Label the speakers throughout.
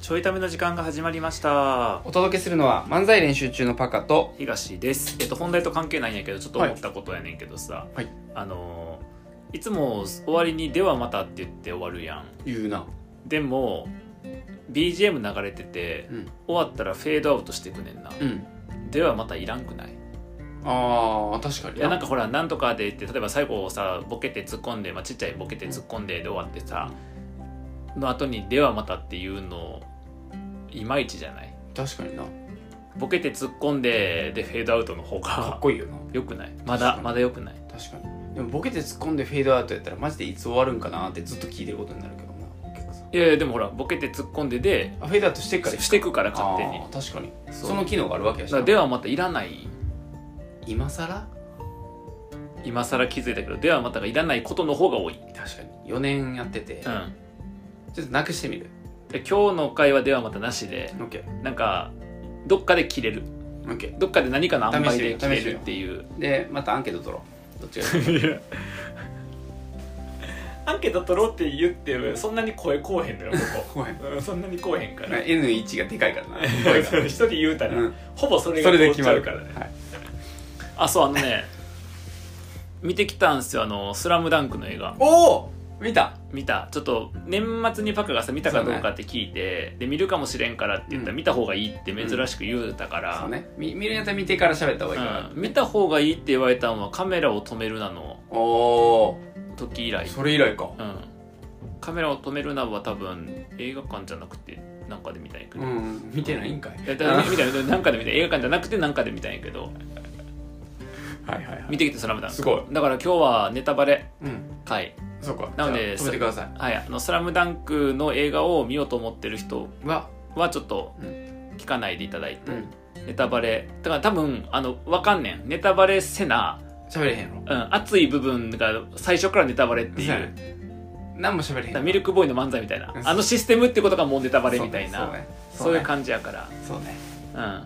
Speaker 1: ちょいための時間が始まりました
Speaker 2: お届けするのは漫才練習中のパカと
Speaker 1: 東ですえっと本題と関係ないんやけどちょっと思ったことやねんけどさ、
Speaker 2: はい
Speaker 1: あのーいつも終わりに「ではまた」って言って終わるやん
Speaker 2: 言うな
Speaker 1: でも BGM 流れてて
Speaker 2: うん
Speaker 1: 終わったらフェードアウトしてくねんな、
Speaker 2: うん
Speaker 1: ではまたいらんくない
Speaker 2: あー確かに
Speaker 1: いやなんかほら「なんとかで」って例えば最後さボケて突っ込んで、まあ、ちっちゃいボケて突っ込んでで終わってさの後に「ではまた」っていうのいまいちじゃない
Speaker 2: 確かにな
Speaker 1: ボケて突っ込んででフェードアウトの方
Speaker 2: かっ
Speaker 1: が
Speaker 2: こいいよな
Speaker 1: よくないまだまだよくない
Speaker 2: 確かにでもボケて突っ込んでフェードアウトやったらマジでいつ終わるんかなってずっと聞いてることになるけどなお客さん
Speaker 1: いやいやでもほらボケて突っ込んでで
Speaker 2: あフェードアウトしてっから
Speaker 1: してくから勝手に
Speaker 2: あー確かに
Speaker 1: そう
Speaker 2: その機能があるわけや
Speaker 1: だ
Speaker 2: し
Speaker 1: からではまたいらない
Speaker 2: 今さら
Speaker 1: 今更気づいたけどではまたがいらないことの方が多い
Speaker 2: 確かに4年やってて、
Speaker 1: うん
Speaker 2: ちょっとなくしてみる
Speaker 1: で今日の回はではまたなしで
Speaker 2: OKOK
Speaker 1: なんかどっかで切れるどっかで何かの塩梅で切れるっていう
Speaker 2: でまたアンケート取ろうどっちがいい
Speaker 1: アンケート取ろうって言ってそんなに声こうへんのよこ
Speaker 2: 怖い
Speaker 1: こ、うん、そんなにこうへんか
Speaker 2: N1 がでかい からな声 が
Speaker 1: 一人言うた
Speaker 2: うん
Speaker 1: ほぼそ
Speaker 2: それで決まる
Speaker 1: 通っちゃう
Speaker 2: はい
Speaker 1: あそうあのね見てきたんすよあの「スラムダンクの映画
Speaker 2: おお見た
Speaker 1: 見たちょっと年末にパクがさ見たかどうかって聞いて、で見るかもしれんからって言ったら、
Speaker 2: うん
Speaker 1: 見た方がいいって珍しく言うたから、
Speaker 2: そうね見見るんやったら見てから喋った方がいいから、
Speaker 1: うん見た方がいいって言われたのは「カメラを止めるな」の
Speaker 2: おお
Speaker 1: 時以来
Speaker 2: それ以来か
Speaker 1: うんカメラを止めるなは多分映画館じゃなくてなんかで見たんやけ
Speaker 2: う
Speaker 1: ど、
Speaker 2: ん見てないんかい
Speaker 1: いや だからね見た見たなんかで見た映画館じゃなくてなんかで見たんやけど
Speaker 2: はいはいは
Speaker 1: 見
Speaker 2: い
Speaker 1: てきて「スラムダンク
Speaker 2: すごい
Speaker 1: だから今日はネタバレ
Speaker 2: うん
Speaker 1: 回
Speaker 2: そうか
Speaker 1: なので
Speaker 2: じゃあ止めてください
Speaker 1: はい、あの「スラムダンクの映画を見ようと思ってる人
Speaker 2: うわ
Speaker 1: はちょっと
Speaker 2: う
Speaker 1: 聞かないでいただいて、
Speaker 2: うん
Speaker 1: ネタバレだから多分あのわかんねんネタバレせな、
Speaker 2: 喋れへんやろ
Speaker 1: うん、熱い部分が最初からネタバレっていう
Speaker 2: そう
Speaker 1: だ
Speaker 2: や
Speaker 1: か
Speaker 2: ね何も喋れへん
Speaker 1: らミルクボーイの漫才みたいな
Speaker 2: うん
Speaker 1: あのシステムってことがもうネタバレみたい
Speaker 2: そう
Speaker 1: な
Speaker 2: ね
Speaker 1: そう,、いう感じやから
Speaker 2: じそうね
Speaker 1: うん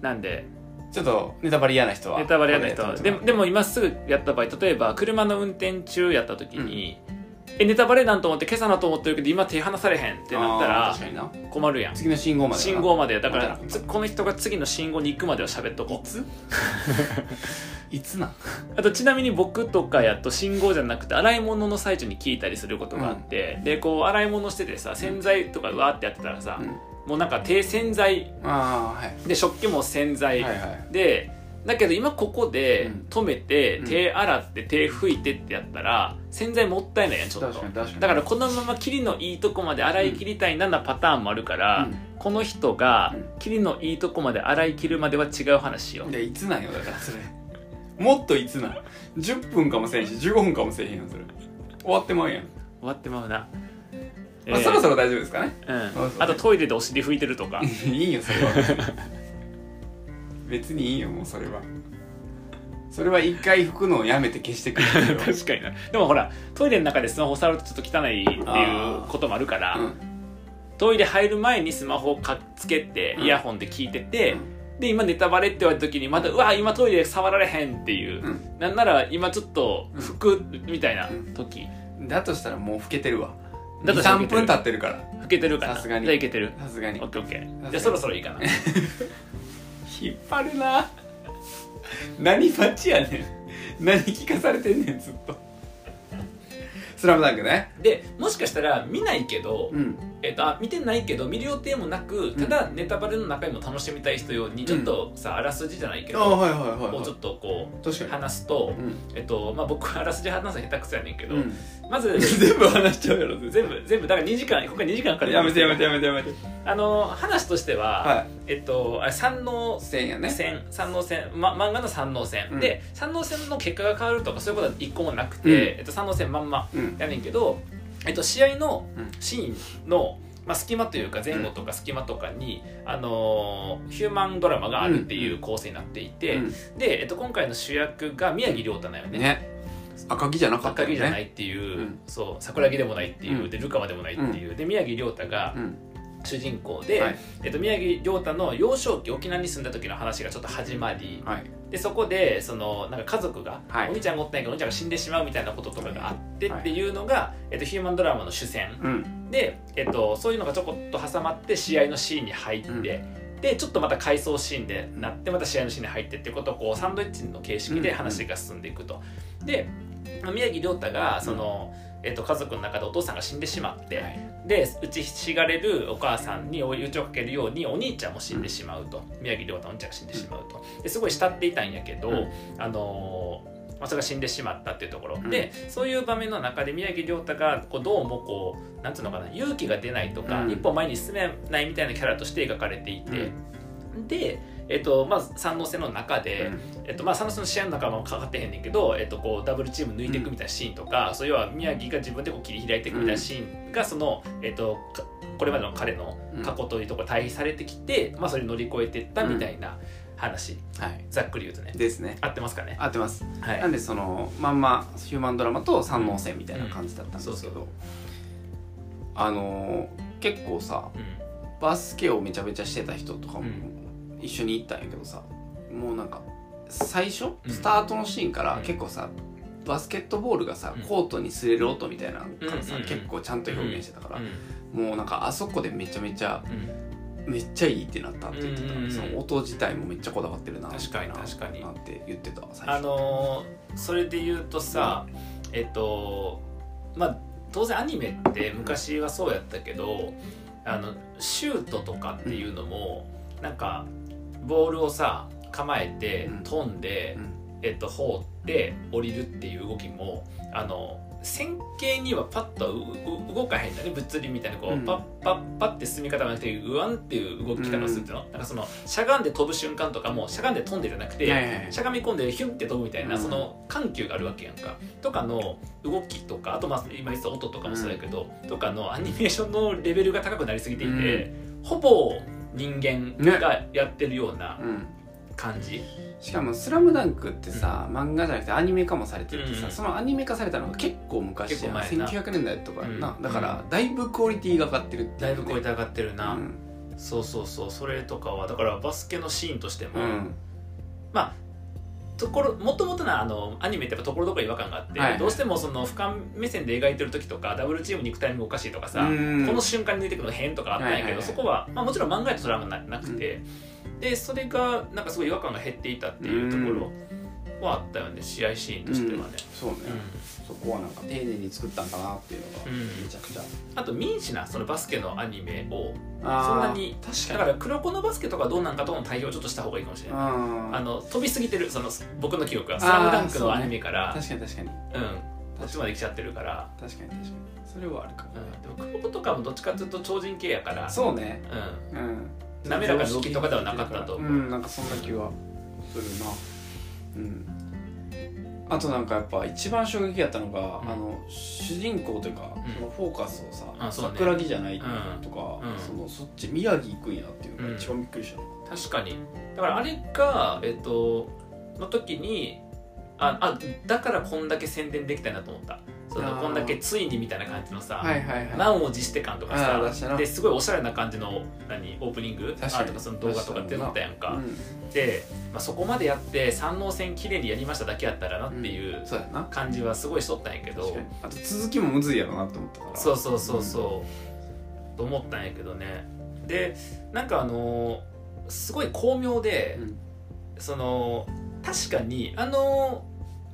Speaker 1: なんで
Speaker 2: ちょっとネタバレ嫌な人は
Speaker 1: ネタバレやった人は
Speaker 2: これ
Speaker 1: でもでも今すぐやった場合例えば車の運転中やった時に、えネタバレなんと思って今朝のと思ってるけど今手離されへんってなった
Speaker 2: あー
Speaker 1: ら
Speaker 2: 確かにな
Speaker 1: 困るやん
Speaker 2: 次の信号まで
Speaker 1: 信号までだから
Speaker 2: まだ
Speaker 1: つこの人が次の信号に行くまでは喋っと
Speaker 2: い
Speaker 1: こう
Speaker 2: ついつなん
Speaker 1: あとちなみに僕とかやと信号じゃなくて洗い物の最中に聞いたりすることがあって、でこう洗い物しててさ洗剤とかうわーってやってたらさ、
Speaker 2: うん
Speaker 1: もうなんか手洗剤
Speaker 2: ああはい
Speaker 1: で食器も洗剤、
Speaker 2: はいはい
Speaker 1: でだけど今ここで
Speaker 2: うん
Speaker 1: 止めて、
Speaker 2: うん
Speaker 1: 手洗って手拭いてってやったら洗剤もったいないやんちょっと
Speaker 2: 確かに確かに
Speaker 1: だからこのまま切りのいいとこまで洗い切りたいななパターンもあるから、この人が
Speaker 2: うん
Speaker 1: 切りのいいとこまで洗い切るまでは違う話しよ
Speaker 2: うん
Speaker 1: う
Speaker 2: いやいつなんよだからそれもっといつなん10分かもせんし15分かもせえへんやんそれ終わってまうやん、
Speaker 1: 終わってまうな、
Speaker 2: まあ、
Speaker 1: えー
Speaker 2: そろそろ大丈夫で すかね
Speaker 1: うん
Speaker 2: そうそう
Speaker 1: あとトイレでお尻拭いてると か
Speaker 2: いいよそれは別にいいよもうそれはそれは一回拭くのをやめて消してくれるよ
Speaker 1: 確かになでもほらトイレの中でスマホ触るとちょっと汚いっていうこともあるから、
Speaker 2: うん
Speaker 1: トイレ入る前にスマホをかっつけて
Speaker 2: うん
Speaker 1: イヤホンで聞いてて、
Speaker 2: うん
Speaker 1: で今ネタバレって言われた時にまた「うわ今トイレ触られへん」っていう、
Speaker 2: う
Speaker 1: なんなら今ちょっと
Speaker 2: うん
Speaker 1: 服みたいな時、
Speaker 2: だとしたらもう拭けてるわ
Speaker 1: だとしたら
Speaker 2: 23分経ってるから
Speaker 1: 拭けてるかな
Speaker 2: さすがに
Speaker 1: じゃあいけてる
Speaker 2: さすがに
Speaker 1: オッケーオッケ
Speaker 2: すが
Speaker 1: ー
Speaker 2: に
Speaker 1: じゃあそろそろいいかな
Speaker 2: 引っ張るな何待ちやねん何聞かされてんねんずっと「スラムダンクね
Speaker 1: でもしかしたら見ないけど、
Speaker 2: うん
Speaker 1: えっとあ見てないけど見る予定もなくただネタバレの中身も楽しみたい人用にちょっとさ、あらすじじゃないけ
Speaker 2: あ
Speaker 1: ど、
Speaker 2: あはいはいはい、
Speaker 1: もうちょっとこ
Speaker 2: 確か
Speaker 1: う
Speaker 2: に
Speaker 1: 話すと、
Speaker 2: う
Speaker 1: えっとまあ、僕はあらすじ話すの下手くそやねんけど、
Speaker 2: ん、
Speaker 1: まず
Speaker 2: 全部話しちゃうやろ
Speaker 1: 全部全部だから2時間今回2時間かかる
Speaker 2: やめてやめてやめてやめて
Speaker 1: あの話としては、
Speaker 2: はい
Speaker 1: えっとあれ三能
Speaker 2: せんやね
Speaker 1: 戦三能戦、ま、漫画の三能戦、
Speaker 2: うん
Speaker 1: で三能戦の結果が変わるとかそういうことは一個もなくて、
Speaker 2: うん
Speaker 1: えっと、三能戦まんま
Speaker 2: うん
Speaker 1: やねんけど、えっと、試合の
Speaker 2: うん
Speaker 1: シーンの、まあ、隙間というか前後とか隙間とかに、あのーヒューマンドラマがあるっていう構成になっていて、で、えっと、今回の主役が宮城亮太なんよ
Speaker 2: う
Speaker 1: ね
Speaker 2: ん、。ね赤木じゃなかった
Speaker 1: 赤
Speaker 2: よ
Speaker 1: 木
Speaker 2: ね
Speaker 1: じゃないっていう、
Speaker 2: うん
Speaker 1: そう桜木でもないっていう、
Speaker 2: うん
Speaker 1: でルカワでもないっていう、で宮城亮太が
Speaker 2: うん、
Speaker 1: 主人公で、
Speaker 2: はい
Speaker 1: えっと、宮城亮太の幼少期沖縄に住んだ時の話がちょっと始まり
Speaker 2: はい
Speaker 1: でそこでそのなんか家族が、
Speaker 2: はい
Speaker 1: お兄ちゃんがおったんやけどお兄ちゃんが死んでしまうみたいなこととかがあって
Speaker 2: はい
Speaker 1: っていうのが、えっと、ヒューマンドラマの主戦
Speaker 2: うん
Speaker 1: で、えっと、そういうのがちょこっと挟まって試合のシーンに入って、
Speaker 2: うん
Speaker 1: でちょっとまた回想シーンでなってまた試合のシーンに入ってっていうことをこうサンドイッチの形式で話が進んでいくと。で宮城亮太がその、えっと、家族の中でお父さんが死んでしまって、
Speaker 2: はい
Speaker 1: で打ちひしがれるお母さんに追い打ちをかけるようにお兄ちゃんも死んでしまうと、宮城亮太のお兄ちゃんが死んでしまうとですごい慕っていたんやけど、
Speaker 2: うん
Speaker 1: あのーまあ、それが死んでしまったっていうところ、
Speaker 2: うん
Speaker 1: でそういう場面の中で宮城亮太がこうどうもこうなんつうのかな勇気が出ないとか、
Speaker 2: うん
Speaker 1: 一歩前に進めないみたいなキャラとして描かれていて、で、えっとまあ、三能戦の中で、えっとまあ、サノスの試合の中もかかってへんねんけど、えっと、こうダブルチーム抜いていくみたいなシーンとか、そういう要は宮城が自分でこう切り開いていくみたいなシーンがその、えっと、かこれまでの彼の
Speaker 2: うん
Speaker 1: 過去というところ対比されてきて、まあ、それ乗り越えていったみたいな話、
Speaker 2: はい
Speaker 1: ざっくり言うとね
Speaker 2: ですね
Speaker 1: 合ってますかね
Speaker 2: 合ってます
Speaker 1: は
Speaker 2: なん
Speaker 1: い、
Speaker 2: でそのまんまヒューマンドラマと三能線みたいな感じだったんですけど、あのー結構さ
Speaker 1: うん、
Speaker 2: バスケをめちゃめちゃしてた人とかも
Speaker 1: う
Speaker 2: 一緒に行ったんやけどさもうなんか最
Speaker 1: う
Speaker 2: 初
Speaker 1: ん
Speaker 2: スタートのシーンか
Speaker 1: う
Speaker 2: ら
Speaker 1: ん
Speaker 2: 結構さバスケットボールがさ
Speaker 1: うん
Speaker 2: コートに擦れる音みたいなのからさ
Speaker 1: うんうんうん
Speaker 2: 結構ちゃんと表現してたから
Speaker 1: う
Speaker 2: もうなんかあそこでめちゃめち
Speaker 1: ん
Speaker 2: ゃめっちゃいいってなったって言って
Speaker 1: うんうんう
Speaker 2: た
Speaker 1: ん
Speaker 2: その音自体もめっちゃこだわってるな
Speaker 1: 確かに確かに
Speaker 2: なんて言ってた最
Speaker 1: あ
Speaker 2: 初
Speaker 1: のーそれで言うとさ、えっとまあ当然アニメって昔はそうやったけどあのシュートとかっていうのも、なんかボールをさ構えて
Speaker 2: うん
Speaker 1: 飛んで、
Speaker 2: うん
Speaker 1: えっと、放って降りるっていう動きもあの線形にはパッとうう動かへんだね物理みたいにこう、
Speaker 2: うん
Speaker 1: パッパッパッって進み方がなくてグワンっていう動き方をするっていうの、なんかそのしゃがんで飛ぶ瞬間とかもしゃがんで飛んでじゃなくて、
Speaker 2: いやいやいや
Speaker 1: しゃがみ込んでヒュンって飛ぶみたいな、
Speaker 2: うん
Speaker 1: その緩急があるわけやんかとかの動きとかあとまあ今言ってた音とかもそうやけど、とかのアニメーションのレベルが高くなりすぎていて、
Speaker 2: う
Speaker 1: ほぼ人間がやってるような
Speaker 2: うん
Speaker 1: 感じ、
Speaker 2: しかも「スラムダンクってさ、漫画じゃなくてアニメ化もされててさ、
Speaker 1: うん
Speaker 2: そのアニメ化されたのが結構昔やん
Speaker 1: 結構前な
Speaker 2: 1900年代とかやんな、
Speaker 1: うん
Speaker 2: だからだいぶクオリティが上がってるって
Speaker 1: だ
Speaker 2: い
Speaker 1: いう
Speaker 2: ね、
Speaker 1: ぶ超えて上がってるな、
Speaker 2: うん
Speaker 1: そうそうそうそれとかはだからバスケのシーンとしても、
Speaker 2: うん
Speaker 1: まあところもともとなあのアニメってやっぱところどころ違和感があって、
Speaker 2: はい
Speaker 1: どうしてもその俯瞰目線で描いてる時とかダブルチームに行くタイミングおかしいとかさ、
Speaker 2: うん
Speaker 1: この瞬間に出てくるの変とかあったんやけど、
Speaker 2: はいはいはい
Speaker 1: そこは、まあ、もちろん漫画やとそれはななくて、でそれがなんかすごい違和感が減っていたっていうところはあったよね試合シーンとしてはね。
Speaker 2: そうね、そこはなんか丁寧に作ったんかなっていうのが
Speaker 1: うん
Speaker 2: めちゃくちゃ、
Speaker 1: あとミンチなそのバスケのアニメを
Speaker 2: あー
Speaker 1: そんなにだ
Speaker 2: 確
Speaker 1: か
Speaker 2: から
Speaker 1: 黒子のバスケとかどうなんかとの対比をちょっとした方がいいかもしれ
Speaker 2: に
Speaker 1: ない。
Speaker 2: あ
Speaker 1: あ
Speaker 2: の
Speaker 1: の飛びすぎてるその僕の記憶は「
Speaker 2: ー
Speaker 1: スラムダンクのアニメからう,、
Speaker 2: 確かに確かに
Speaker 1: んこっちまで来ちゃってるから、
Speaker 2: 確かに確かにそれはあるかも
Speaker 1: う
Speaker 2: ね、
Speaker 1: ん、でも黒子とかもどっちかっていうと超人系やから
Speaker 2: そうね
Speaker 1: うん、
Speaker 2: うん
Speaker 1: 滑らかな動きとかではなかったと思う
Speaker 2: うんなんかそんな気はするなうんあとなんかやっぱ一番衝撃やったのが、
Speaker 1: うん
Speaker 2: あの主人公というか、
Speaker 1: うん
Speaker 2: そのフォーカスをさ、
Speaker 1: あそうね
Speaker 2: 桜木じゃないと
Speaker 1: うん
Speaker 2: か、
Speaker 1: うん
Speaker 2: そのそっち宮城行くんやっていうのが一番びっくりした、
Speaker 1: 確かにだからあれがえっとの時にああだからこんだけ宣伝できたなと思ったその
Speaker 2: あー
Speaker 1: こんだけついにみたいな感じのさ、
Speaker 2: はいはいはい
Speaker 1: 満を持して感とか
Speaker 2: あー出した
Speaker 1: さ
Speaker 2: な
Speaker 1: ですごいおしゃれな感じの何オープニング
Speaker 2: 確か
Speaker 1: あ
Speaker 2: に
Speaker 1: とかその動画とか出てたやんか、
Speaker 2: うん、
Speaker 1: で、まあ、そこまでやって三能線綺麗にやりましただけやったらなっていう
Speaker 2: そうやな
Speaker 1: 感じはすごいしとったんやけど、
Speaker 2: 確かにあと続きもむずいやろなと思ったから
Speaker 1: そうそうそうそう、と思ったんやけどねでなんかあのーすごい巧妙で、
Speaker 2: うん
Speaker 1: その確かにあの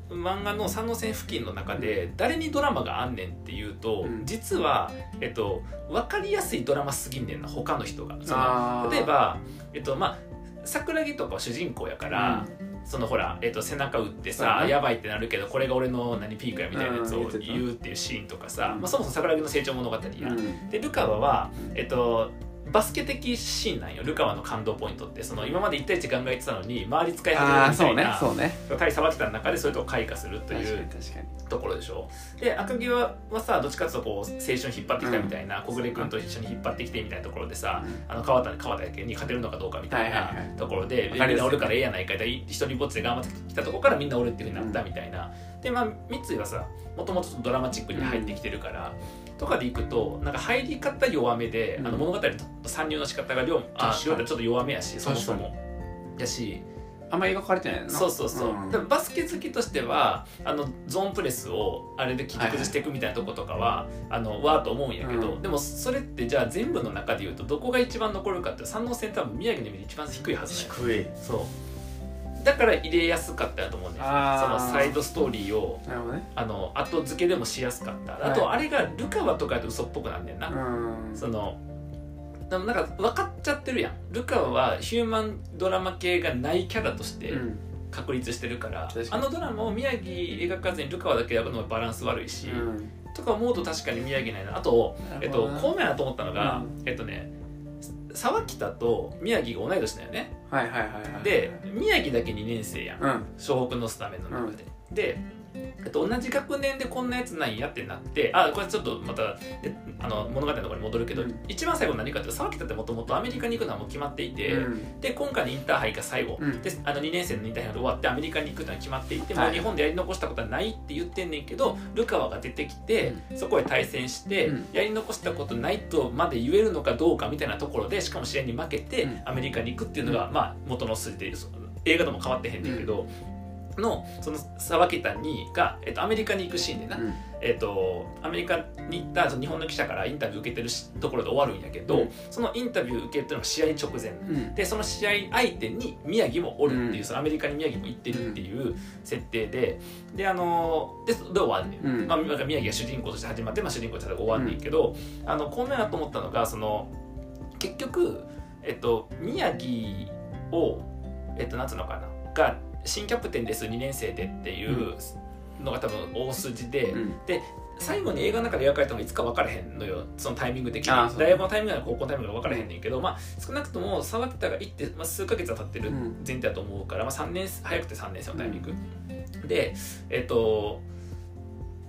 Speaker 1: 漫画の三能線付近の中で誰にドラマがあんねんっていうと、
Speaker 2: うん
Speaker 1: 実は、えっと、分かりやすいドラマすぎんねんな他の人が。その
Speaker 2: あー
Speaker 1: 例えば、えっとまあ、桜木とかは主人公やから、そのほら、えっと、背中打って
Speaker 2: そうだ
Speaker 1: さ、
Speaker 2: ね
Speaker 1: やばいってなるけどこれが俺の何ピークやみたいなやつ
Speaker 2: うん
Speaker 1: を
Speaker 2: 言ってた
Speaker 1: 言うっていうシーンとかさ、
Speaker 2: うん
Speaker 1: まあ、そもそも桜木の成長物語や、
Speaker 2: うんうん
Speaker 1: でルカワは、えっと、バスケ的シーンなんよルカワの感動ポイントってその今まで1対1考えてたのに周り使い
Speaker 2: ああ
Speaker 1: 始
Speaker 2: そ
Speaker 1: める
Speaker 2: う
Speaker 1: みたい
Speaker 2: ね
Speaker 1: な
Speaker 2: そうね
Speaker 1: 対さばってた中でそれと開花すると
Speaker 2: 確か
Speaker 1: い
Speaker 2: に
Speaker 1: う
Speaker 2: 確か
Speaker 1: ところでしょで赤木ははさどっちかっていうとこう青春引っ張ってきたみたいな、小暮君と一緒に引っ張ってきてみたいなところでさ、
Speaker 2: に
Speaker 1: あの川田川田だけに勝てるのかどうかみたい
Speaker 2: はい
Speaker 1: な
Speaker 2: はいは
Speaker 1: ところで、
Speaker 2: わか
Speaker 1: み
Speaker 2: り
Speaker 1: ん
Speaker 2: やすい
Speaker 1: なおるからええやないかで一人ぼっちで頑張ってきたところからみんなおるっていうふうになったみたいな、でまあ三井はさもともとドラマチックに入ってきてるから、ととかでいくとなんか入り方弱めで、
Speaker 2: うん
Speaker 1: あの物語の参入の仕方が量あ
Speaker 2: 確かに
Speaker 1: 量がちょっと弱めやしそもそ
Speaker 2: 確
Speaker 1: もやし
Speaker 2: あんまり描かれてないよな
Speaker 1: そうそうそう、
Speaker 2: ん
Speaker 1: でもバスケ好きとしてはあのゾーンプレスをあれで切り崩していくみたいなとことかは、あのわーと思うんやけど、
Speaker 2: うん
Speaker 1: でもそれってじゃあ全部の中で言うとどこが一番残るかって山王線多分宮城の意味で一番低いはずだよ
Speaker 2: 低い
Speaker 1: そうだから入れやすかったと思うねそ
Speaker 2: あー
Speaker 1: のサイドストーリーを
Speaker 2: なるほどね
Speaker 1: あの後付けでもしやすかった、
Speaker 2: はい
Speaker 1: あとあれがルカワとかやと嘘っぽくなんねんな、
Speaker 2: うん
Speaker 1: そのでもなんか分かっちゃってるやんルカワはヒューマンドラマ系がないキャラとして
Speaker 2: うん
Speaker 1: 確立してるから、
Speaker 2: 確か
Speaker 1: あ
Speaker 2: に
Speaker 1: のドラマを宮城描かずにルカワだけやるのもバランス悪いし、
Speaker 2: うん
Speaker 1: とか思うと確かに宮城ないなあと、えっと、
Speaker 2: なる
Speaker 1: こ
Speaker 2: ほど
Speaker 1: うめなと思ったのが、
Speaker 2: うん
Speaker 1: えっとね沢北と宮城が同い年だよね
Speaker 2: なはいはいはいはい
Speaker 1: で宮城だけ2年生やん
Speaker 2: うん
Speaker 1: 湘北のスタメンの中で、で、えっと、同じ学年でこんなやつなんやってなってあこれちょっとまたえあの物語のところに戻るけど、
Speaker 2: うん
Speaker 1: 一番最後何かって沢北ってもともとアメリカに行くのはもう決まっていて、
Speaker 2: うん
Speaker 1: で今回のインターハイが最後、
Speaker 2: うん
Speaker 1: であの2年生のインターハイが終わってアメリカに行くのは決まっていて、
Speaker 2: はい
Speaker 1: もう日本でやり残したことはないって言ってんねんけどルカワが出てきて、そこへ対戦して、
Speaker 2: うん
Speaker 1: やり残したことないとまで言えるのかどうかみたいなところでしかも試合に負けて
Speaker 2: うん
Speaker 1: アメリカに行くっていうのが、
Speaker 2: う
Speaker 1: まあ、元の筋でそ映画とも変わってへんねんけど。のその沢北にが、えっと、アメリカに行くシーンでな、
Speaker 2: うん
Speaker 1: えっと、アメリカに行ったその日本の記者からインタビュー受けてるしところで終わるんやけど、
Speaker 2: うん
Speaker 1: そのインタビュー受けるっていうのが試合直前
Speaker 2: うん
Speaker 1: でその試合相手に宮城もおるっていう、
Speaker 2: うん
Speaker 1: そのアメリカに宮城も行ってるっていう設定でであのでで終わんねん、
Speaker 2: うん
Speaker 1: まあ、なんか宮城が主人公として始まって、まあ、主人公として終わんねんけど、あのこんななと思ったのがその結局、えっと、宮城を、えっと、なんつうのかなが新キャプテンです2年生でっていうのが多分大筋で。
Speaker 2: うん
Speaker 1: 最後に映画の中で描かれたのがいつか分からへんのよそのタイミング的に
Speaker 2: ああそう
Speaker 1: 大学のタイミングなのか高校のタイミングが分からへんねんけど、まあ、少なくとも沢北が行って、まあ、数ヶ月は経ってる
Speaker 2: うん
Speaker 1: 前提だと思うから、まあ、3年早くて3年生のタイミング、でえっと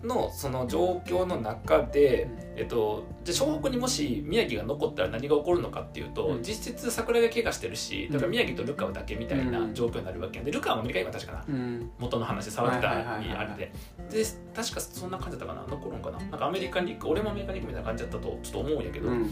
Speaker 1: のその状況の中で、えっと、じゃあ湘北にもし宮城が残ったら何が起こるのかっていうと、
Speaker 2: うん
Speaker 1: 実質桜が怪我してるしだから宮城とルカワだけみたいな
Speaker 2: うん
Speaker 1: 状況になるわけやでルカワはアメリカ今確かな
Speaker 2: うん
Speaker 1: 元の話沢北に
Speaker 2: は
Speaker 1: あ
Speaker 2: いはいはいはい
Speaker 1: れでで確かそんな感じだったかな残るんかななんかアメリカに行く俺もアメリカに行くみたいな感じだったとちょっと思うんやけど、
Speaker 2: うん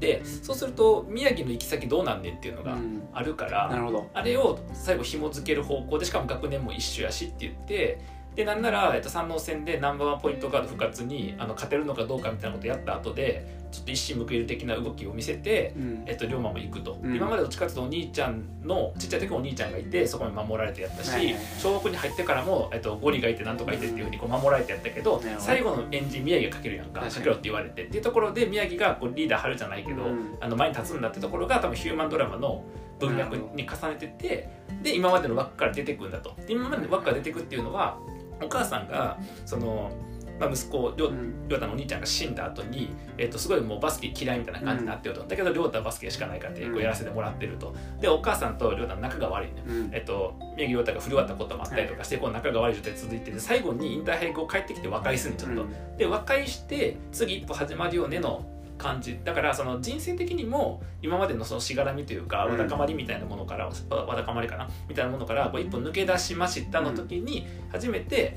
Speaker 1: でそうすると宮城の行き先どうなんねんっていうの
Speaker 2: う
Speaker 1: が
Speaker 2: ん
Speaker 1: あるから、
Speaker 2: なるほど
Speaker 1: あれを最後紐付ける方向でしかも学年も一緒やしって言ってでなんなら、えっと、山王戦でナンバーワンポイントガード復活にあの勝てるのかどうかみたいなことやった後でちょっと一矢報いる的な動きを見せて
Speaker 2: うん
Speaker 1: えっと、龍馬も行くと、
Speaker 2: うん
Speaker 1: 今までどっちかというとお兄ちゃんのちっちゃい時もお兄ちゃんがいてそこに守られてやったし、
Speaker 2: はいはいはい
Speaker 1: 小学校に入ってからも、えっと、ゴリがいてなんとかいてっていうふうにこう守られてやったけど、
Speaker 2: なるほど
Speaker 1: 最後のエンジン宮城がかけるやんか
Speaker 2: 確かに
Speaker 1: かけろって言われてっていうところで宮城がこうリーダー張るじゃないけど、
Speaker 2: うん
Speaker 1: あの前に立つんだってところが多分ヒューマンドラマの文脈に重ねててで今までの輪っかから出てくんだとで今までの輪っかから出てくっていうのはお母さんがその、まあ、息子を両
Speaker 2: うん
Speaker 1: 亮太のお兄ちゃんが死んだ後に、えっとすごいもうバスケ嫌いみたいな感じになってると、だけど亮太はバスケしかないからってこうやらせてもらってるとでお母さんと亮太の仲が悪いね、
Speaker 2: うん
Speaker 1: えっと宮城亮太が振るわったこともあったりとかして、こう仲が悪い状態続いてて最後にインターハイ後帰ってきて和解するんちょっと、で和解して次一歩始まるよねの感じだからその人生的にも今までのそのしがらみというか
Speaker 2: うん
Speaker 1: わだかまりみたいなものから、わわだかまりかなみたいなものからこう一歩抜け出しましたの時に初めて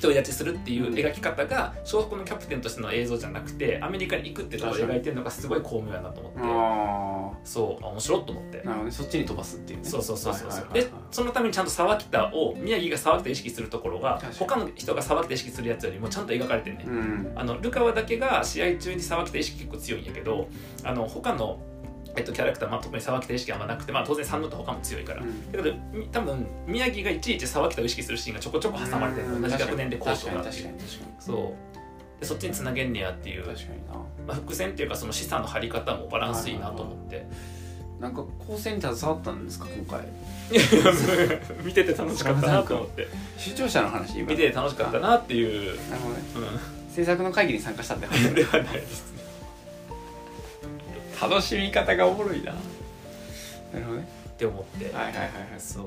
Speaker 1: 独り立ちするっていう描き方が小北のキャプテンとしての映像じゃなくてアメリカに行くってところを描いてるのがすごい巧妙やなと思って
Speaker 2: あ
Speaker 1: そうあ面白いと思って
Speaker 2: あなるほどねそっちに飛ばすっていうね
Speaker 1: そうそうそうそうそう
Speaker 2: はいはい
Speaker 1: で
Speaker 2: はいはい
Speaker 1: そのためにちゃんと沢北を宮城が沢北意識するところが
Speaker 2: 確かに
Speaker 1: 他の人が沢北意識するやつよりもちゃんと描かれてるね
Speaker 2: うん
Speaker 1: あのルカワだけが試合中に沢北意識結構強いんやけどあの他の、えっと、キャラクター、まあ、特に沢北意識はあんまなくて、まあ、当然三郎と他も強いから、
Speaker 2: うん
Speaker 1: だけどみ多分宮城がいちいち沢北を意識するシーンがちょこちょこ挟まれてる
Speaker 2: うん
Speaker 1: 同じ学年でコー
Speaker 2: 確
Speaker 1: チ
Speaker 2: か
Speaker 1: と
Speaker 2: に
Speaker 1: か
Speaker 2: 確
Speaker 1: って
Speaker 2: か
Speaker 1: いう
Speaker 2: に確か
Speaker 1: そうでそっちにつなげんねやってい
Speaker 2: に
Speaker 1: う、
Speaker 2: 確かにな
Speaker 1: まあ、伏線っていうかその資産の張り方もバランスいいなと思 って
Speaker 2: なんか構成に携わったんですか今回
Speaker 1: 見てて楽しかったなと思って
Speaker 2: 視聴者の話今
Speaker 1: 見てて楽しかったなっていう、
Speaker 2: なるほどね
Speaker 1: う
Speaker 2: 制作の会議に参加したって
Speaker 1: ん、ではないですね
Speaker 2: 楽しみ方がおもろいななるほどね
Speaker 1: って思って、
Speaker 2: はいはいはいはい
Speaker 1: そう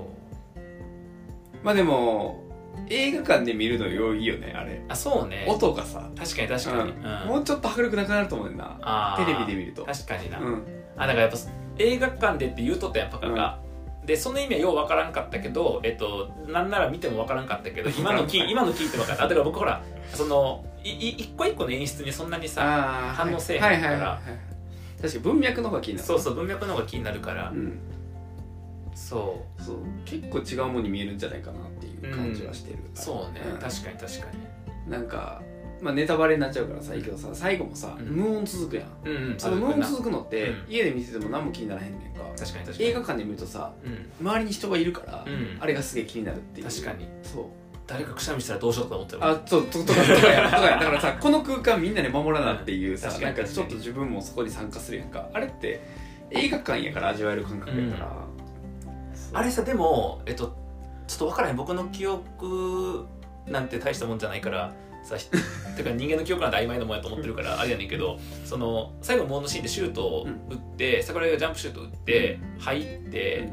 Speaker 2: まあでも映画館で見るのよいいよねあれ
Speaker 1: あそうね
Speaker 2: 音がさ
Speaker 1: 確かに確かに、
Speaker 2: う
Speaker 1: うん
Speaker 2: んもうちょっと迫力なくなると思うねんな
Speaker 1: あ
Speaker 2: テ
Speaker 1: ー
Speaker 2: レビで見ると
Speaker 1: 確かにな、
Speaker 2: うん
Speaker 1: あだからやっぱ映画館でって言うとったやんパカが、でその意味はようわからんかったけ どえっとなんなら見てもわからんかったけど今の聞い今の聞いてわかったあだから僕ほらそのいい一個一個の演出にそんなにさ
Speaker 2: あー
Speaker 1: 反応せえへん
Speaker 2: はいはいはい
Speaker 1: から
Speaker 2: はい確かに文脈の方が気になる
Speaker 1: そうそう文脈の方が気になるから、
Speaker 2: うん、
Speaker 1: そ
Speaker 2: そう結構違うものに見えるんじゃないかなっていう感じはしてる、
Speaker 1: うそうね、
Speaker 2: ん
Speaker 1: 確かに確か
Speaker 2: なんか、まあ、ネタバレになっちゃうからさいいけどさ最後もさ、
Speaker 1: うん
Speaker 2: 無音続くやん
Speaker 1: にうん、うん、
Speaker 2: その無
Speaker 1: う
Speaker 2: 音
Speaker 1: な
Speaker 2: 続くのって、
Speaker 1: うん
Speaker 2: 家で見てても何も気にならへんねんか
Speaker 1: 確かに確かに
Speaker 2: 映画館で見るとさ
Speaker 1: うん、
Speaker 2: 周りに人がいるから、
Speaker 1: うん、
Speaker 2: あれがすげえ気になるっていう
Speaker 1: 確かに
Speaker 2: そう
Speaker 1: 誰かくしゃみしたらどうしようと思ってる
Speaker 2: あそうととかとかやとかやだからさこの空間みんなで守らなっていうさ
Speaker 1: 確か
Speaker 2: なん
Speaker 1: に
Speaker 2: かちょっと自分もそこに参加するやんかあれって映画館やから味わえる感覚やから、そう
Speaker 1: あれさでも、えっと、ちょっと分からへん僕の記憶なんて大したもんじゃないからさひ てか人間の記憶なんて曖昧なもんやと思ってるからあれやねんけどその最後モのシーンでシュートを打って、桜井がジャンプシュート打って入って、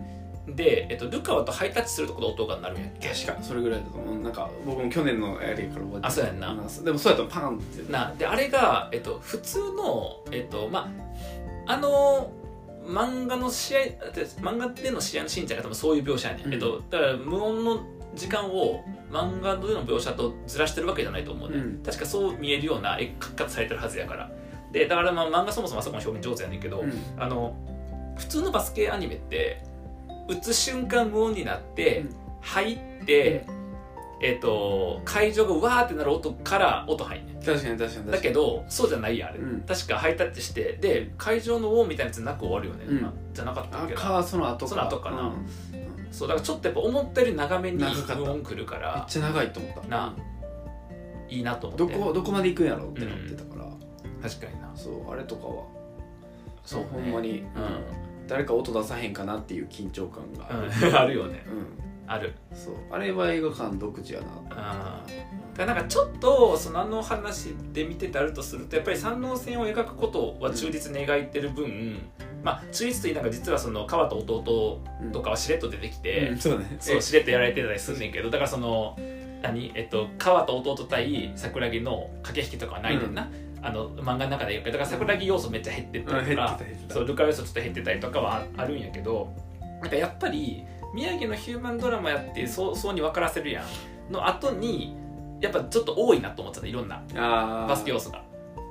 Speaker 1: で、えっと、ルカワとハイタッチするとこで音が鳴るんやっけ
Speaker 2: 確かそれぐらいだと思うなんか僕も去年のやりから覚えてる
Speaker 1: あそうやんな
Speaker 2: でもそうやったらパンって
Speaker 1: なであれが、えっと、普通の、えっとまあ、あの漫画の試合だって漫画での試合のシーンじゃなくてもそういう描写やね、
Speaker 2: うん
Speaker 1: ん、えっと、だから無音の時間を漫画での描写とずらしてるわけじゃないと思うね、
Speaker 2: うん
Speaker 1: 確かそう見えるような絵描き方されてるはずやからでだから、まあ、漫画そもそもあそこの表現上手やねんけど、
Speaker 2: うん
Speaker 1: あの普通のバスケアニメって打つ瞬間無音になって、
Speaker 2: うん
Speaker 1: 入って、えっと会場がわーってなる音から音入んねん
Speaker 2: 確かに確かに確かに
Speaker 1: だけどそうじゃないやんあれ、
Speaker 2: うん
Speaker 1: 確かハイタッチしてで会場のウォーみたいなやつなく終わるよね、
Speaker 2: うん
Speaker 1: じゃなかった
Speaker 2: あ
Speaker 1: っけど
Speaker 2: かその後
Speaker 1: その後かな
Speaker 2: うんめっ
Speaker 1: そうだからちょっとやっぱ思ったより長めに
Speaker 2: 長かった
Speaker 1: 無音来るから
Speaker 2: ちゃ長いと思った
Speaker 1: ないいなと思
Speaker 2: ど
Speaker 1: って
Speaker 2: こどこまで行くんやろうってなってたから、
Speaker 1: 確かにな
Speaker 2: そうあれとかは
Speaker 1: そう、ね、
Speaker 2: ほんまに、
Speaker 1: う
Speaker 2: 誰か音出さへんかなっていう緊張感が
Speaker 1: ん、うん、 あるよね
Speaker 2: うん
Speaker 1: ある
Speaker 2: そうあれは映画館独自やな
Speaker 1: うんだからなんかちょっとそのあの話で見ててあるとするとやっぱり三能線を描くことは忠実に描いてる分、まあ忠実と言いながら実はその川と弟
Speaker 2: うん
Speaker 1: とかはしれっと出てきて、
Speaker 2: うんそうね
Speaker 1: そうしれっとやられてたりすんねんけどだからその何えっと川と弟対桜木の駆け引きとかはないねんな、あの漫画の中で言うけどだから桜木要素めっちゃ減ってった
Speaker 2: うん
Speaker 1: りとか、
Speaker 2: 減ってた
Speaker 1: そうルカ要素ちょっと減ってたりとかはああるんやけどなんかやっぱり宮城のヒューマンドラマやってそうそうに分からせるやんの後にやっぱちょっと多いなと思ってたいろんな
Speaker 2: あー
Speaker 1: バスケ要素が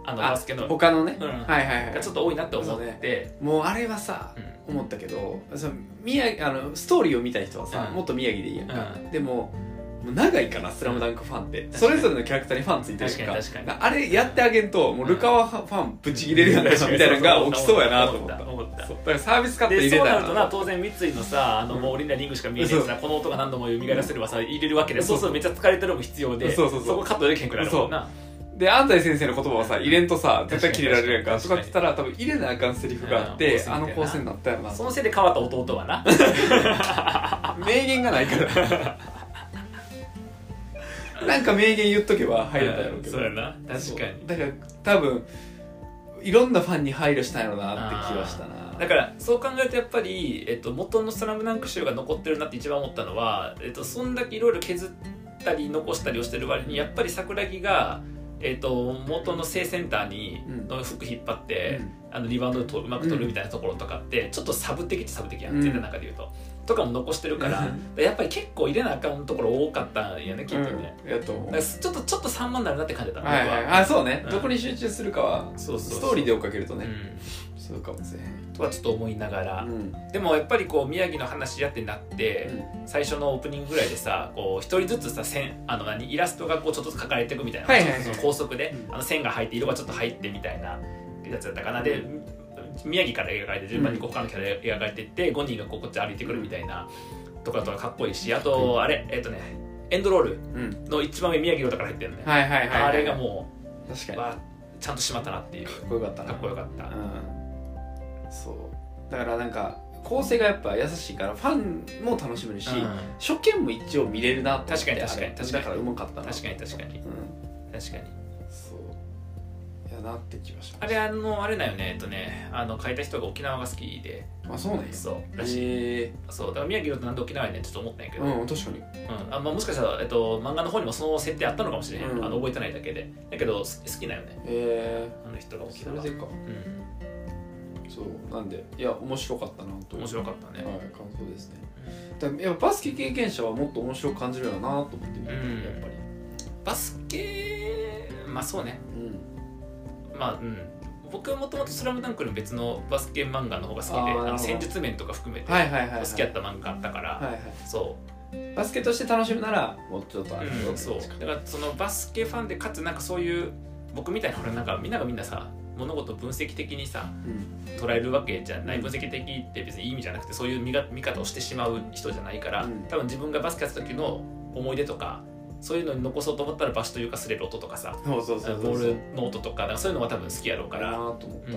Speaker 1: あの
Speaker 2: あ
Speaker 1: バスケの
Speaker 2: 他のね、
Speaker 1: うん
Speaker 2: はいはいは
Speaker 1: が
Speaker 2: い
Speaker 1: ちょっと多いなって思って、
Speaker 2: もうあれはさ
Speaker 1: うん
Speaker 2: 思ったけどその宮城あのストーリーを見た人はさ、
Speaker 1: うん
Speaker 2: もっと宮城でいいやんか、
Speaker 1: う
Speaker 2: でももう長いから「スラムダンクファンって、
Speaker 1: かに
Speaker 2: それぞれのキャラクターにファンついてるやん
Speaker 1: 確かに確かに
Speaker 2: あれやってあげんともうルカワファンブチ切れるやんかみたいなのが起きそうやなと思った
Speaker 1: 思った
Speaker 2: そうだからサービスカット入
Speaker 1: で
Speaker 2: れ
Speaker 1: そ
Speaker 2: た
Speaker 1: うな
Speaker 2: ら
Speaker 1: るとな当然三井のさあのもう俺にはリングしか見えないからこの音が何度も蘇らせればさ入れるわけで
Speaker 2: そ
Speaker 1: そううするとめっちゃ疲れてるのも必要で
Speaker 2: そうそうそう
Speaker 1: こカットできへんくなるもんな
Speaker 2: で安西先生の言葉をさ入れんとさ絶対切れられるやんか
Speaker 1: 確
Speaker 2: と
Speaker 1: かに
Speaker 2: かって言ったら多分入れなあかんセリフがあっ
Speaker 1: うん
Speaker 2: て
Speaker 1: 構成みたいな
Speaker 2: あの構成になったよな
Speaker 1: そのせいで変わった弟 はな
Speaker 2: 名言がないから なんか名言言っとけば入れたやろうけど
Speaker 1: そうやな確かに
Speaker 2: だから多分いろんなファンに配慮したんやろうなって気はしたな
Speaker 1: だからそう考えるとやっぱり、えっと、元の「スラムダンク集が残ってるなって一番思ったのは、えっと、そんだけいろいろ削ったり残したりをしてる割にやっぱり桜木が、えっと、元の正センターに
Speaker 2: うん
Speaker 1: の服引っ張って、
Speaker 2: うん
Speaker 1: あのリバウンドとうまく取るみたいなところとかって、ちょっとサブ的ってサブ的やん、
Speaker 2: うん
Speaker 1: 全体の中で言うと。とかも残してるから、やっぱり結構入れなあかんところ多かったんやねきっとね。
Speaker 2: うんやと思
Speaker 1: だ
Speaker 2: う
Speaker 1: からちょっとちょっと散漫になるなって感じだった
Speaker 2: はいはい
Speaker 1: 僕
Speaker 2: あそうね
Speaker 1: うん
Speaker 2: どこに集中するかは
Speaker 1: そうそうそう
Speaker 2: ストーリーで追っかけると
Speaker 1: う
Speaker 2: ね
Speaker 1: ん
Speaker 2: そうかもしれへん
Speaker 1: とはちょっと思いながら、
Speaker 2: うん
Speaker 1: でもやっぱりこう宮城の話やってなって、最初のオープニングぐらいでさこう一人ずつさ線あの何イラストがこうちょっとずつ描かれていくみたいな、
Speaker 2: はいはいはい
Speaker 1: ちょっとその高速で、
Speaker 2: うん
Speaker 1: あの線が入って色がちょっと入ってみたいなやつだったかなで宮城から描かれて順番にこう他のキャラで描かれていって5人がこうこっち歩いてくるみたいなとかとかかっこいいしあとあれえっ、とねエンドロール
Speaker 2: うん
Speaker 1: の一番上宮城のだから入ってるんだよ、
Speaker 2: はいはいはいはい
Speaker 1: あれがも
Speaker 2: 確か
Speaker 1: う
Speaker 2: に
Speaker 1: わあちゃんとしまったなっていう
Speaker 2: かっこよかったな
Speaker 1: かっこよかった、
Speaker 2: うんそうだからなんか構成がやっぱ優しいからファンも楽しめるし、
Speaker 1: うん
Speaker 2: 初見も一応見れるなと思って
Speaker 1: 確かに確かに
Speaker 2: あれ
Speaker 1: 確か
Speaker 2: だ
Speaker 1: に
Speaker 2: からうまかったな
Speaker 1: 確かに確かに
Speaker 2: うん
Speaker 1: 確かに
Speaker 2: そうやなって気がしました
Speaker 1: あれあのあれだよねえっとねあの書いた人が沖縄が好きで
Speaker 2: あそうなんや
Speaker 1: そうらしい、
Speaker 2: へえ
Speaker 1: そうだから宮城のなんで沖縄やねんちょっと思ったんやけど、
Speaker 2: うん確かに
Speaker 1: うんあまあ、もしかしたら、えっと、漫画の方にもその設定あったのかもしれへん、
Speaker 2: うん
Speaker 1: あの覚えてないだけでだけどす好きなよね
Speaker 2: え
Speaker 1: あの人が
Speaker 2: ー、
Speaker 1: 沖
Speaker 2: そ
Speaker 1: 縄
Speaker 2: れでか
Speaker 1: うん
Speaker 2: そうなんでいや面白かったなと
Speaker 1: 面白かった
Speaker 2: は
Speaker 1: ね、
Speaker 2: い感想ですねだからやっぱバスケ経験者はもっと面白く感じるよなと思って見てて
Speaker 1: うん
Speaker 2: やっぱり
Speaker 1: バスケまあそうね
Speaker 2: うん
Speaker 1: まあうん僕もともと「スラムダンクの別のバスケ漫画の方が好きであ
Speaker 2: あーなる
Speaker 1: の
Speaker 2: ほど
Speaker 1: 戦術面とか含めて
Speaker 2: はいはいはいはい
Speaker 1: 好きだった漫画あったから、
Speaker 2: はいは
Speaker 1: そ
Speaker 2: いバスケとして楽しむならもうちょっと
Speaker 1: う、
Speaker 2: ある
Speaker 1: うん、そうだからそのバスケファンでかつなんかそういう僕みたいなほらなんかみんながみんなさ物事を分析的にさ
Speaker 2: うん
Speaker 1: 捉えるわけじゃない分析的って別にいい意味じゃなくてそういう見が見方をしてしまう人じゃないから、
Speaker 2: うん
Speaker 1: 多分自分がバスケやった時の思い出とかそういうのに残そうと思ったらバシというかすれる音とかさ
Speaker 2: そうそう
Speaker 1: ボ
Speaker 2: そうそう
Speaker 1: ールの音とかなんかそういうのは多分好きやろうか
Speaker 2: だな
Speaker 1: ら、
Speaker 2: ーと思っ
Speaker 1: うん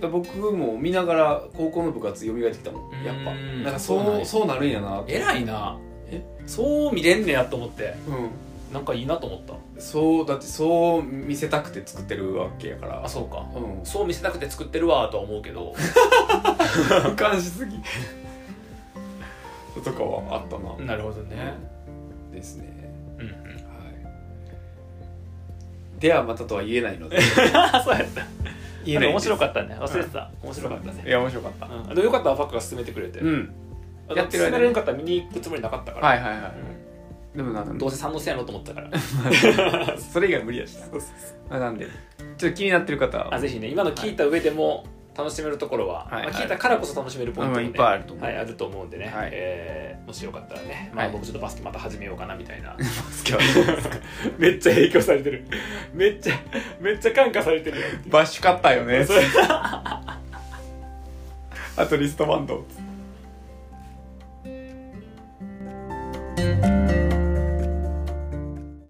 Speaker 2: た、だ僕も見ながら高校の部活蘇ってきたもんやっぱ
Speaker 1: うん
Speaker 2: なんかそう
Speaker 1: そうなん
Speaker 2: そう
Speaker 1: や
Speaker 2: なるんやなって
Speaker 1: 偉いな
Speaker 2: え
Speaker 1: そう見れんねやと思って
Speaker 2: う
Speaker 1: なんかいいなと思った
Speaker 2: んそうだってそう見せたくて作ってるわけやから
Speaker 1: あそうか
Speaker 2: うん
Speaker 1: そう見せたくて作ってるわとは思うけど
Speaker 2: 俯瞰しすぎ とかはあったな、
Speaker 1: なるほど
Speaker 2: ですね
Speaker 1: うんうん
Speaker 2: はいではまたとは言えないので
Speaker 1: あ そうやった
Speaker 2: 言 えない
Speaker 1: 面白
Speaker 2: かっ
Speaker 1: かったね忘れてた、面白かった
Speaker 2: い
Speaker 1: ね
Speaker 2: や面白かった
Speaker 1: うん、でもよかったわファックが進めてくれて、
Speaker 2: うん
Speaker 1: あの
Speaker 2: やってる間
Speaker 1: 勧め
Speaker 2: に
Speaker 1: られなかったら見に行くつもりなかったから、
Speaker 2: はいはいは
Speaker 1: う
Speaker 2: いでもなん
Speaker 1: ん
Speaker 2: か
Speaker 1: どうせ賛同せやろうと思ってたから
Speaker 2: それ以外無理やしな
Speaker 1: そうそう
Speaker 2: まあなんでちょっと気になってる方は
Speaker 1: あぜひね今の聞いた上でも楽しめるところは、
Speaker 2: はい
Speaker 1: まあ、
Speaker 2: はい
Speaker 1: 聞いたからこそ楽しめるポイントも、ね
Speaker 2: うんいっぱいあると思う
Speaker 1: はい、あると思うんでね、
Speaker 2: はい
Speaker 1: えーもしよかったらね、ま
Speaker 2: は
Speaker 1: あ、
Speaker 2: い
Speaker 1: 僕ちょっとバスケまた始めようかなみたい な
Speaker 2: スケはどうですか
Speaker 1: めっちゃ影響されてるめっちゃめっちゃ感化されてるよ
Speaker 2: バッシュ買ったよね
Speaker 1: それ
Speaker 2: あとリストバンド